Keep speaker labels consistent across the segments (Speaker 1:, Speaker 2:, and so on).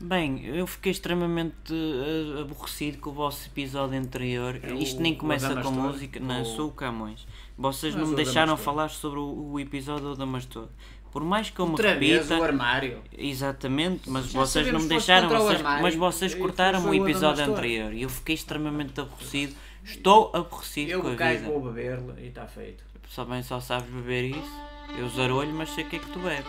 Speaker 1: Bem, eu fiquei extremamente eh, aborrecido com o vosso episódio anterior.
Speaker 2: É o-
Speaker 1: Isto nem
Speaker 2: o
Speaker 1: começa com
Speaker 2: Adamastor?
Speaker 1: música, não,
Speaker 2: Ou-
Speaker 1: sou o Camões. Vocês
Speaker 2: Mas
Speaker 1: não me
Speaker 2: o
Speaker 1: deixaram
Speaker 2: Adamastor.
Speaker 1: falar sobre o, o episódio da Mastor. Por mais que eu me
Speaker 3: Outra vez o
Speaker 1: repita,
Speaker 3: armário.
Speaker 1: exatamente, mas
Speaker 3: Já
Speaker 1: vocês não
Speaker 3: sabemos
Speaker 1: me
Speaker 3: que foste
Speaker 1: deixaram,
Speaker 3: contra o
Speaker 1: vocês-
Speaker 3: armário.
Speaker 1: mas vocês
Speaker 2: Eu
Speaker 1: cortaram
Speaker 2: sou
Speaker 1: o
Speaker 2: o
Speaker 1: episódio
Speaker 2: Adamastor.
Speaker 1: anterior e eu fiquei extremamente aborrecido. Estou aborrecido com a
Speaker 2: Eu
Speaker 1: vida.
Speaker 2: caio, vou beber
Speaker 3: tá
Speaker 2: e está feito.
Speaker 1: Só bem só sabes beber isso. Eu zarolho, mas sei o que é que tu bebes.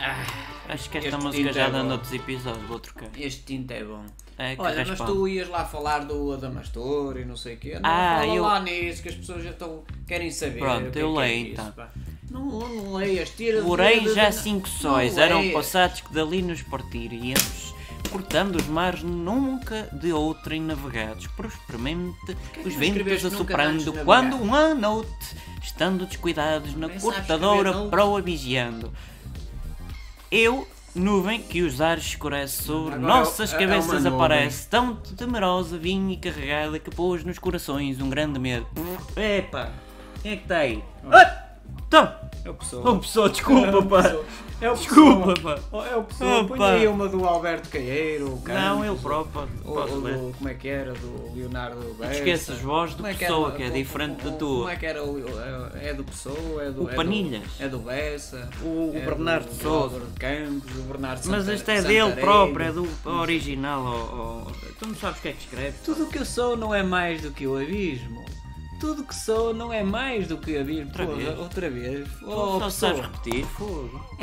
Speaker 3: Ah,
Speaker 1: Acho que esta
Speaker 3: este
Speaker 1: música
Speaker 3: tinto
Speaker 1: já
Speaker 3: é
Speaker 1: dá
Speaker 3: bom.
Speaker 1: noutros episódios, vou trocar.
Speaker 3: Este tinto é bom.
Speaker 1: É, que
Speaker 3: Olha, mas
Speaker 1: responde.
Speaker 3: tu ias lá falar do Adamastor e não sei o quê. Não
Speaker 1: Ah,
Speaker 3: fala
Speaker 1: eu-
Speaker 3: lá nisso que as pessoas já estão, querem saber.
Speaker 1: Pronto,
Speaker 3: o que
Speaker 1: eu
Speaker 3: é que é
Speaker 1: leio,
Speaker 3: isso,
Speaker 1: então.
Speaker 3: pá. Não, não leias, tira
Speaker 1: Porém,
Speaker 3: do- do-
Speaker 1: já
Speaker 3: do-
Speaker 1: cinco
Speaker 3: não
Speaker 1: sóis eram
Speaker 2: é.
Speaker 3: leias.
Speaker 1: passados que dali nos partiríamos, cortando os mares nunca de outrem navegados, prosperamente
Speaker 3: que
Speaker 1: os
Speaker 3: não
Speaker 1: ventos
Speaker 3: escreveste nunca antes
Speaker 1: assoprando,
Speaker 3: de
Speaker 1: quando
Speaker 3: navegar?
Speaker 1: uma noite, estando descuidados na
Speaker 3: Nem sabes
Speaker 1: cortadora
Speaker 3: escrever notes.
Speaker 1: proa vigiando. Eu, nuvem que os ares escurece sobre
Speaker 2: Agora
Speaker 1: nossas
Speaker 2: é- é
Speaker 1: cabeças
Speaker 2: uma nuvem.
Speaker 1: aparece, tão temerosa, vinha e carregada, que pôs nos corações um grande medo. Epa, quem é que está aí? Ah, então!
Speaker 2: É o pessoal.
Speaker 1: Oh, pessoal, desculpa, pá.
Speaker 2: É o
Speaker 1: Desculpa,
Speaker 2: pessoal.
Speaker 1: pá.
Speaker 2: Oh, É o pessoal.
Speaker 1: Opa.
Speaker 2: Põe aí uma do Alberto Caeiro. o
Speaker 1: Não,
Speaker 2: Campos,
Speaker 1: eu próprio.
Speaker 2: Ou,
Speaker 1: Posso
Speaker 2: ou
Speaker 1: ler.
Speaker 2: do, como é que era? Do Leonardo
Speaker 1: Tu
Speaker 2: Bersa.
Speaker 1: esqueces voz de
Speaker 2: Como era?
Speaker 1: pessoa que é
Speaker 2: Como-
Speaker 1: diferente da
Speaker 2: como- Como
Speaker 1: tua.
Speaker 2: é que era? o- É é do Pessoa? É do,
Speaker 1: O
Speaker 2: é do-
Speaker 1: Panilhas.
Speaker 2: É do Bessa.
Speaker 1: O
Speaker 2: é
Speaker 1: Bernardo
Speaker 2: do,
Speaker 1: Sousa.
Speaker 2: Do Álvaro Campos, o Bernardo
Speaker 1: Mas
Speaker 2: Santa-
Speaker 1: este é
Speaker 2: Santarém.
Speaker 1: dele próprio, é do original. ó, ó. Tu não sabes o que é que escreve.
Speaker 2: Tudo o que eu sou não é mais do que o abismo. Tudo o que sou não é mais do que o abismo.
Speaker 1: Outra
Speaker 2: Porra,
Speaker 1: vez.
Speaker 2: Outra vez.
Speaker 1: Só
Speaker 2: Oh, pessoa.
Speaker 1: sabes repetir.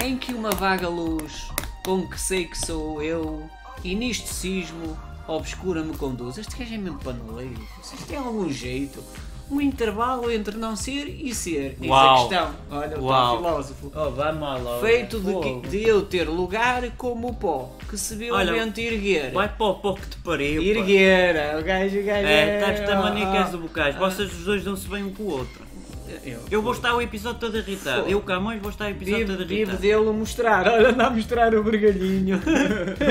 Speaker 2: Em que uma vaga luz, com que sei que sou eu, e nisto cismo, obscura me conduz. Este gajo é mesmo paneleiro. Vocês têm algum jeito? Um intervalo entre não ser e ser. Eis
Speaker 1: Uau.
Speaker 2: a questão. Olha, o
Speaker 1: Uau.
Speaker 2: tal filósofo.
Speaker 1: vamos lá.
Speaker 2: Feito de, que- de eu ter lugar como o pó, que se vê o
Speaker 1: Olha,
Speaker 2: vento erguer.
Speaker 1: Vai para o pó que te pariu. pá.
Speaker 2: Erguer, o gajo, o gajo.
Speaker 1: É, estás a mania que és do
Speaker 2: oh.
Speaker 1: bocage. Vocês os dois dão-se bem um com o outro.
Speaker 2: ah,
Speaker 1: Eu vou estar o episódio todo irritado.
Speaker 2: Fogo.
Speaker 1: Eu, Camões, vou estar o episódio
Speaker 2: Vive,
Speaker 1: todo
Speaker 2: vive
Speaker 1: irritado.
Speaker 2: dele mostrar, olha, anda a mostrar o bergalhinho.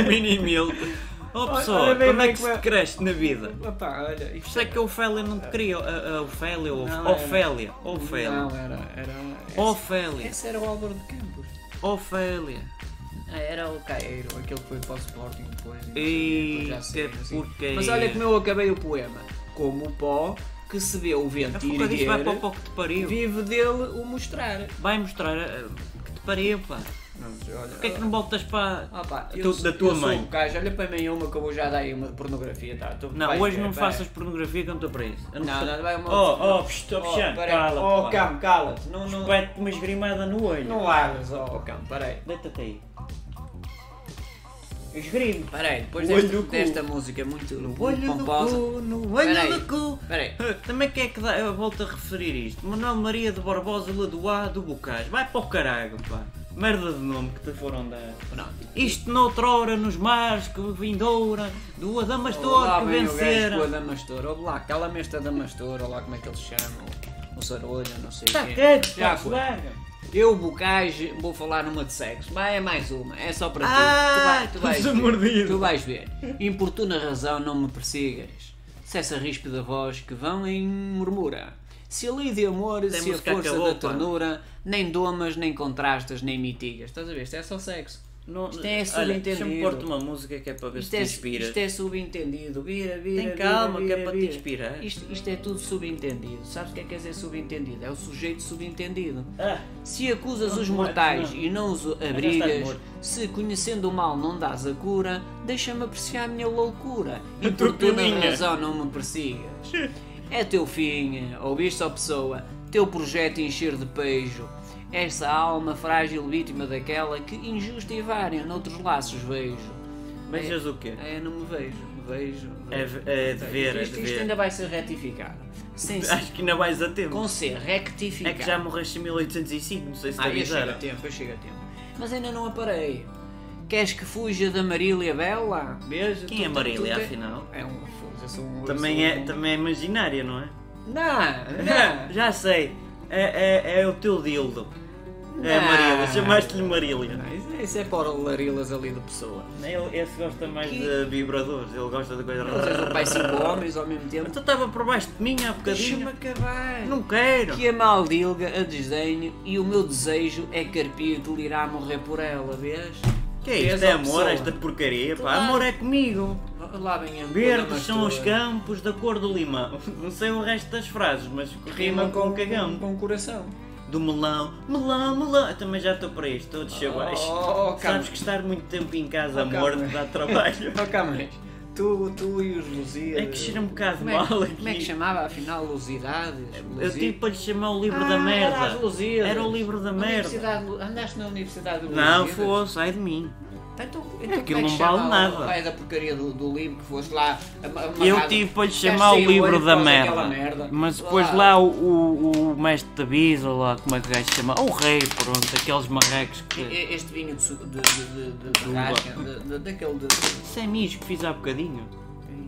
Speaker 1: Mini milk. Oh,
Speaker 2: Olha,
Speaker 1: pessoal,
Speaker 2: olha bem
Speaker 1: como é
Speaker 2: bem
Speaker 1: que
Speaker 2: como
Speaker 1: se
Speaker 2: é.
Speaker 1: cresce na vida?
Speaker 2: Opa, olha, isto
Speaker 1: Por isso é que a Ofélia não te queria. A, a Ofélia, of,
Speaker 2: Não, era-
Speaker 1: Ofélia, Ofélia.
Speaker 2: Não, é. era. era
Speaker 1: Ofélia,
Speaker 2: Esse era o Álvaro de Campos.
Speaker 1: Ofélia.
Speaker 2: Ah, Era o Caeiro, aquele que foi para o Sporting depois. não sei,
Speaker 1: E
Speaker 2: depois já sei,
Speaker 1: que
Speaker 2: não sei.
Speaker 1: porcaria.
Speaker 2: Mas olha como eu acabei o poema. Como o pó que se vê o
Speaker 1: A
Speaker 2: vento
Speaker 1: foca disso vai para o
Speaker 2: erguer,
Speaker 1: pó que te pariu.
Speaker 2: vive dele o mostrar.
Speaker 1: Vai mostrar ah, que te pariu, pá.
Speaker 2: Mas olha,
Speaker 1: Porquê é que não voltas para.
Speaker 2: Ah pá,
Speaker 1: Tu-
Speaker 2: eu, sou-
Speaker 1: da tua
Speaker 2: eu sou
Speaker 1: mãe.
Speaker 2: um gajo, olha para mim uma que eu vou já dar aí uma de pornografia, tá? Tu
Speaker 1: Não,
Speaker 2: vais
Speaker 1: hoje
Speaker 2: ver,
Speaker 1: não
Speaker 2: pera.
Speaker 1: faças pornografia contra para isso. Eu
Speaker 2: Não, não, vai uma...
Speaker 1: Oh, oh, psh, tô fechando,
Speaker 2: peraí.
Speaker 1: cala-te,
Speaker 2: Oh,
Speaker 1: pá.
Speaker 2: Cam, cala-te, não, não,
Speaker 1: Vai-te uma esgrimada no olho.
Speaker 2: não abres, oh, Cam, peraí.
Speaker 1: Deita-te aí. Esgrime.
Speaker 2: Peraí, depois
Speaker 1: O olho
Speaker 2: desta,
Speaker 1: do cu.
Speaker 2: desta música muito, muito
Speaker 1: Olho do
Speaker 2: pomposa...
Speaker 1: cu, no
Speaker 2: Peraí.
Speaker 1: olho do cu.
Speaker 2: Peraí,
Speaker 1: Também que é que dá, eu volto a referir isto. Manuel Maria de Barbosa Ladoá do Bocage. Vai para o caralho, pá. Merda de nome que te foram dar.
Speaker 2: pronto.
Speaker 1: Isto noutra hora nos mares que vindoura, do Adamastor
Speaker 2: Olá,
Speaker 1: que
Speaker 2: bem, o gajo com a
Speaker 1: venceram.
Speaker 2: Damastor, olá, cala-me esta Damastor, olá, como é que eles chamam? O Sarolho, não sei
Speaker 1: Está
Speaker 2: quem.
Speaker 1: Tá quieto,
Speaker 2: Já
Speaker 1: já
Speaker 2: foi. Eu, Bocage, vou falar numa de sexo. Vai, é mais uma. É só para
Speaker 1: Ah,
Speaker 2: ti. Tu, vai- tu,
Speaker 1: estás a
Speaker 2: vais
Speaker 1: mordido.
Speaker 2: ver. tu vais ver. Importuna razão, não me persigas. Se essa ríspida voz que vão em murmura. Se a lei de amor, se a
Speaker 1: música
Speaker 2: força
Speaker 1: acabou,
Speaker 2: da
Speaker 1: pá.
Speaker 2: ternura, nem domas, nem contrastas, nem mitigas. Estás a ver? Isto é só sexo.
Speaker 1: Não,
Speaker 2: Isto é
Speaker 1: olha, deixa-me
Speaker 2: subentendido.
Speaker 1: pôr-te uma música que é para ver
Speaker 2: Isto
Speaker 1: se
Speaker 2: é,
Speaker 1: te inspiras.
Speaker 2: isto é subentendido. Vira, vira.
Speaker 1: Tem
Speaker 2: vira,
Speaker 1: calma, que é
Speaker 2: vira,
Speaker 1: para te
Speaker 2: vira.
Speaker 1: inspirar.
Speaker 2: Isto, isto é tudo subentendido. Sabes o que é que quer dizer subentendido? É o sujeito subentendido.
Speaker 1: Ah,
Speaker 2: Se acusas
Speaker 1: Não,
Speaker 2: os
Speaker 1: não, é,
Speaker 2: mortais
Speaker 1: não.
Speaker 2: e não os
Speaker 1: estás
Speaker 2: abrigas,
Speaker 1: morto.
Speaker 2: se conhecendo o mal não dás a cura, deixa-me apreciar a minha loucura. E
Speaker 1: A
Speaker 2: por
Speaker 1: tua
Speaker 2: tua
Speaker 1: pilinha.
Speaker 2: razão não me persigas. É teu fim, ouviste só pessoa, teu projeto encher de peijo. Essa alma frágil vítima daquela que injusta e vária noutros laços vejo.
Speaker 1: beijas o quê?
Speaker 2: É, não me vejo, vejo.
Speaker 1: É
Speaker 2: vejo.
Speaker 1: ve- é de ver, é
Speaker 2: isto,
Speaker 1: de
Speaker 2: isto
Speaker 1: ver.
Speaker 2: ainda vai ser retificado. Sem ser,
Speaker 1: Acho que ainda vais a tempo.
Speaker 2: com ser rectificado.
Speaker 1: É que já morreste em 1805, não sei se te
Speaker 2: Ah, eu chego a
Speaker 1: avisaram.
Speaker 2: tempo, eu chego a tempo. Mas ainda não aparei. Queres que fuja da Marília Bela? Beijo.
Speaker 1: Quem é Marília, afinal?
Speaker 2: É um fuso, eu sou um.
Speaker 1: Também
Speaker 2: eu sou
Speaker 1: é,
Speaker 2: um-
Speaker 1: também é imaginária, não é?
Speaker 2: Não, não.
Speaker 1: Já sei. É, é, é o teu dildo. É a
Speaker 2: Não.
Speaker 1: Marília. Chamaste-lhe Marília.
Speaker 2: Não, isso- Isso é para Larilas ali do Pessoa.
Speaker 1: Ele, esse gosta mais
Speaker 2: Que-
Speaker 1: de vibradores. Ele gosta de coisa...
Speaker 2: Vocês o pai cinco homens ao mesmo tempo.
Speaker 1: Tu Então estava por baixo de mim há
Speaker 2: Então, Deixa-me
Speaker 1: bocadinho.
Speaker 2: acabar.
Speaker 1: Não quero.
Speaker 2: Que a maldilga a desdenho e o meu desejo é carpir de lhe irá morrer por ela, vês?
Speaker 1: Que é isto?
Speaker 2: És
Speaker 1: É
Speaker 2: a
Speaker 1: amor,
Speaker 2: pessoa.
Speaker 1: esta porcaria, pá.
Speaker 4: Claro.
Speaker 1: Amor é comigo.
Speaker 2: Lá vem a
Speaker 1: Verdes são os
Speaker 2: campos
Speaker 1: campos da cor do limão. Não sei o resto das frases, mas rimam com o cagão.
Speaker 2: Com coração.
Speaker 1: Do melão, melão, melão. Eu também já estou para isto, estou a descer
Speaker 2: Oh,
Speaker 1: baixo.
Speaker 2: oh, oh,
Speaker 1: Sabes
Speaker 2: Carlos.
Speaker 1: que estar muito tempo em casa,
Speaker 2: Oh,
Speaker 1: amor,
Speaker 2: calma.
Speaker 1: dá trabalho.
Speaker 2: Ó Camões, tu, tu e os Lusíadas.
Speaker 1: é que cheira um bocado
Speaker 4: Como é,
Speaker 1: mal
Speaker 4: que-
Speaker 1: aqui.
Speaker 4: como é que chamava afinal Lusidades?
Speaker 1: Eu
Speaker 4: Lusi-
Speaker 1: tive para lhe chamar o livro da
Speaker 2: Ah, era as
Speaker 1: merda.
Speaker 2: Lusíadas.
Speaker 1: Era o livro da
Speaker 2: Na
Speaker 1: merda.
Speaker 2: Universidade Lu- Andaste na Universidade de
Speaker 1: Não, foi, sai de mim.
Speaker 2: Então,
Speaker 1: Aquilo
Speaker 2: então como é que
Speaker 1: não vale
Speaker 2: chama o-
Speaker 1: nada.
Speaker 2: Vai da porcaria do, do livro que foste lá am- amarrado.
Speaker 1: Eu tive para lhe chamar o
Speaker 2: Deste aí
Speaker 1: livro
Speaker 2: um
Speaker 1: da
Speaker 2: olho por causa
Speaker 1: merda.
Speaker 2: daquela merda.
Speaker 1: Mas depois
Speaker 2: Ah.
Speaker 1: lá o, o, o mestre da Bisa, lá como é que o gajo se chama? O rei, pronto, aqueles marrecos que.
Speaker 2: E- Este vinho de, su- de, de, de, de, de
Speaker 1: Uva.
Speaker 2: rasca, de- de- daquele de...
Speaker 1: Isso é mijo que fiz há bocadinho.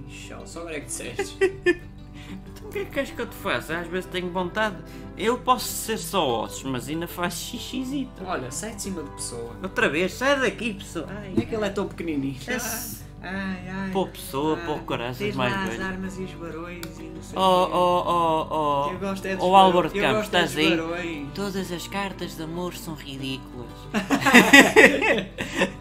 Speaker 2: Ixi, ó, só agora é que disseste.
Speaker 1: Então o que é que queres que eu te faça? Às vezes tenho vontade. Eu posso ser só ossos, mas ainda faz xixizito.
Speaker 2: Olha, sai de cima de pessoa.
Speaker 1: Outra vez, sai daqui, pessoa.
Speaker 2: Como é
Speaker 1: Ai,
Speaker 2: que ele é tão pequenininho?
Speaker 1: Esse-
Speaker 2: Ai, ai.
Speaker 1: pô, pessoa,
Speaker 2: Ah,
Speaker 1: pô, caraças, mais velho.
Speaker 2: armas e os barões e não sei
Speaker 1: Oh, oh, oh, oh.
Speaker 2: Eu gosto é dos
Speaker 1: oh, Álvaro
Speaker 2: barões.
Speaker 1: de
Speaker 2: Eu
Speaker 1: Campos,
Speaker 2: gosto é dos
Speaker 1: estás aí?
Speaker 2: barões.
Speaker 1: Todas as cartas de amor são ridículas.
Speaker 2: Não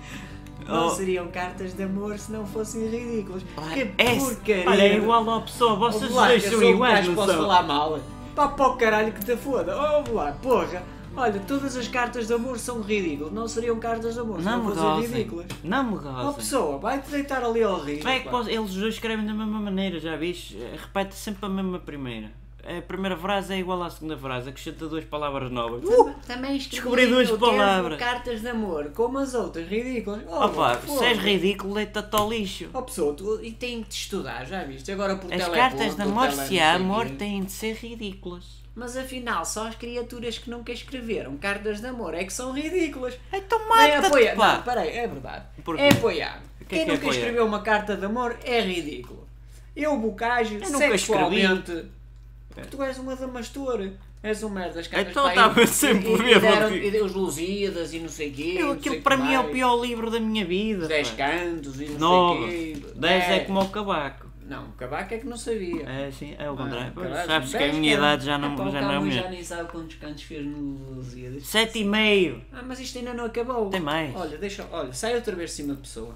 Speaker 1: Oh.
Speaker 2: seriam cartas de amor se não fossem ridículas.
Speaker 1: Olha,
Speaker 2: Que
Speaker 1: é-
Speaker 2: porcaria.
Speaker 1: Olha, é igual ao pessoal,
Speaker 2: Oh,
Speaker 1: vocês
Speaker 2: Vlad,
Speaker 1: dois
Speaker 2: eu
Speaker 1: são
Speaker 2: sou um
Speaker 1: iguais,
Speaker 2: gajo que
Speaker 1: não
Speaker 2: posso
Speaker 1: são?
Speaker 2: falar mal. Pá para o caralho que te foda. Oh, Vlad, porra. Olha, todas as cartas de amor são ridículas. Não seriam cartas de amor se
Speaker 1: Não
Speaker 2: não,
Speaker 1: me
Speaker 2: fossem
Speaker 1: gozem.
Speaker 2: ridículas.
Speaker 1: Não me
Speaker 2: Ó
Speaker 1: gozem.
Speaker 2: pessoa, vai-te deitar ali ao rio.
Speaker 1: Como é que
Speaker 2: pá.
Speaker 1: posso- Eles dois escrevem da mesma maneira, já viste? Eh, Repete sempre a mesma primeira. A primeira frase é igual à segunda frase, acrescenta duas palavras novas. Uh!
Speaker 2: Também escrevi
Speaker 1: Descobri duas
Speaker 2: no tempo
Speaker 1: palavras.
Speaker 2: Cartas de amor, como as outras, ridículas. Oh,
Speaker 1: Opa, é
Speaker 2: porra.
Speaker 1: se és ridículo, deita-te ao lixo.
Speaker 2: Ó pessoa, tu e tem que te estudar, já viste? Agora por
Speaker 1: As
Speaker 2: teleponto,
Speaker 1: cartas de amor,
Speaker 2: é tele-
Speaker 1: se há
Speaker 2: não sei
Speaker 1: amor,
Speaker 2: quê.
Speaker 1: têm de ser ridículas.
Speaker 2: Mas afinal, só as criaturas que nunca escreveram cartas de amor é que são ridículas.
Speaker 1: Então
Speaker 2: Não é
Speaker 1: mata-te,
Speaker 2: apoiado. Não,
Speaker 1: pá!
Speaker 2: peraí, é verdade.
Speaker 1: Porquê?
Speaker 2: É apoiado.
Speaker 1: que é
Speaker 2: Quem
Speaker 1: que é
Speaker 2: nunca
Speaker 1: apoiado?
Speaker 2: escreveu uma carta de amor é ridículo. Eu, Bocage,
Speaker 1: Eu nunca escrevi. É.
Speaker 2: sexualmente. Porque tu és um adamastor. És um merda. As cartas
Speaker 1: Então
Speaker 2: para aí-
Speaker 1: estava sempre
Speaker 2: e- e
Speaker 1: bêbado,
Speaker 2: deram-
Speaker 1: filho.
Speaker 2: E deu os Lusíadas e não sei quê.
Speaker 1: Eu,
Speaker 2: não sei
Speaker 1: aquilo
Speaker 2: que
Speaker 1: para mim é o
Speaker 2: mais.
Speaker 1: pior livro da minha vida.
Speaker 2: Dez
Speaker 1: pá.
Speaker 2: cantos e não sei
Speaker 1: Nove.
Speaker 2: quê.
Speaker 1: Dez é como o cabaco.
Speaker 2: Não, o cabaco é que não sabia.
Speaker 1: É assim, é o contrário. Pois,
Speaker 2: Ah, Caralho,
Speaker 1: Sabes que a
Speaker 2: dez
Speaker 1: minha
Speaker 2: cantos.
Speaker 1: idade já não,
Speaker 2: Epá,
Speaker 1: já
Speaker 2: o
Speaker 1: não é o
Speaker 2: Camões
Speaker 1: mesmo.
Speaker 2: já nem sabe quantos cantos fez no Lusíadas.
Speaker 1: Sete e meio.
Speaker 2: Ah, mas isto ainda não acabou.
Speaker 1: Tem mais.
Speaker 2: Olha, deixa, olha, sai outra vez de cima da pessoa.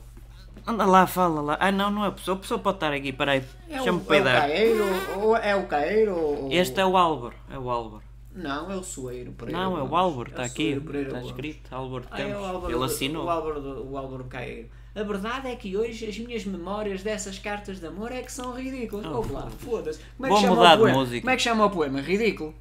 Speaker 1: Anda lá, fala lá. Ah não, não é a pessoa. A pessoa pode estar aqui, peraí.
Speaker 2: o, é
Speaker 1: Deixa-me
Speaker 2: o
Speaker 1: peidar.
Speaker 2: caeiro, ou é o caeiro, ou...
Speaker 1: Este é o Álvaro. É o Álvaro.
Speaker 2: Não, é o sueiro Pereira.
Speaker 1: Não, é o
Speaker 2: Gomes.
Speaker 1: Álvaro.
Speaker 2: É o
Speaker 1: Está aqui.
Speaker 2: Sueiro Pereira
Speaker 1: Está
Speaker 2: Gomes.
Speaker 1: escrito. Álvaro
Speaker 2: Ah, é o
Speaker 1: Campos.
Speaker 2: Álvaro,
Speaker 1: Ele
Speaker 2: O
Speaker 1: assinou.
Speaker 2: Álvaro, o Álvaro Caeiro. A verdade é que hoje as minhas memórias dessas cartas de amor é que são ridículas.
Speaker 1: Oh,
Speaker 2: Oh, lá, foda-se. Como é que
Speaker 1: Vou
Speaker 2: chama o
Speaker 1: mudar de
Speaker 2: poema?
Speaker 1: música.
Speaker 2: Como é que chama o poema? Ridículo?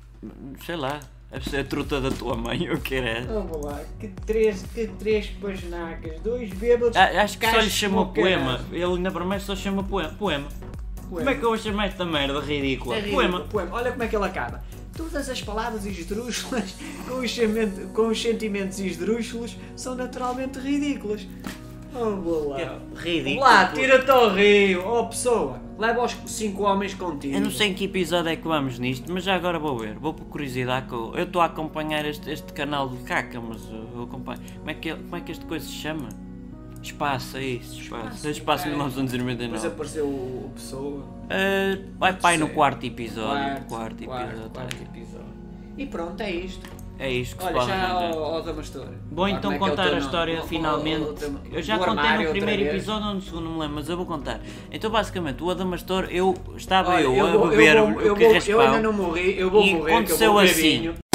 Speaker 1: Sei lá. A a truta da tua mãe, eu quero é.
Speaker 2: Vamos Oh, lá, que três, que três pasnacas, dois bêbados.
Speaker 1: Ah, Acho que só lhe
Speaker 2: cachos
Speaker 1: chamou
Speaker 2: como caralho.
Speaker 1: poema. Ele ainda para mais só chama poema. Poema. Como é que eu vou chamar esta merda ridícula?
Speaker 2: É ridículo,
Speaker 1: Poema.
Speaker 2: poema. Olha como é que ele acaba. Todas as palavras esdrúxulas com os, chamen- com os sentimentos esdrúxulos são naturalmente ridículas. Oh, boa lá.
Speaker 1: É ridículo,
Speaker 2: Lá,
Speaker 1: pô.
Speaker 2: tira-te ao rio. Oh, pessoa, leva os cinco homens contigo.
Speaker 1: Eu não sei em que episódio é que vamos nisto, mas já agora vou ver. Vou por curiosidade que eu eu estou a acompanhar este, este canal de caca, mas eu, eu acompanho. Como é, que, ele- como é que esta coisa se chama? Espaço, é isso, espaço.
Speaker 2: Espaço,
Speaker 1: Espaço
Speaker 2: ok. Depois
Speaker 1: 1999.
Speaker 2: apareceu o o pessoa.
Speaker 1: Ah, vai pai no
Speaker 2: sei.
Speaker 1: quarto episódio. Quarto,
Speaker 2: quarto,
Speaker 1: episódio.
Speaker 2: quarto episódio. E pronto, é isto.
Speaker 1: É isto que se
Speaker 2: Olha,
Speaker 1: pode
Speaker 2: já
Speaker 1: arranjar.
Speaker 2: ao, ao Damastor.
Speaker 1: Bom,
Speaker 2: Lá,
Speaker 1: então
Speaker 2: como é que é o
Speaker 1: contar
Speaker 2: teu
Speaker 1: a
Speaker 2: nome?
Speaker 1: história
Speaker 2: O- o-
Speaker 1: finalmente.
Speaker 2: o teu-
Speaker 1: eu já
Speaker 2: do
Speaker 1: contei
Speaker 2: armário
Speaker 1: no
Speaker 2: outra
Speaker 1: primeiro
Speaker 2: vez.
Speaker 1: episódio ou no segundo, não me lembro, mas eu vou contar. Então, basicamente, o Adamastor, eu estava
Speaker 2: Olha,
Speaker 1: eu,
Speaker 2: eu, vou-
Speaker 1: a
Speaker 2: eu
Speaker 1: beber
Speaker 2: vou-
Speaker 1: o
Speaker 2: eu
Speaker 1: que
Speaker 2: vou- eu
Speaker 1: raspão.
Speaker 2: ainda não morri, eu vou
Speaker 1: E
Speaker 2: morrer, que eu
Speaker 1: aconteceu
Speaker 2: vou beber
Speaker 1: assim.
Speaker 2: vinho.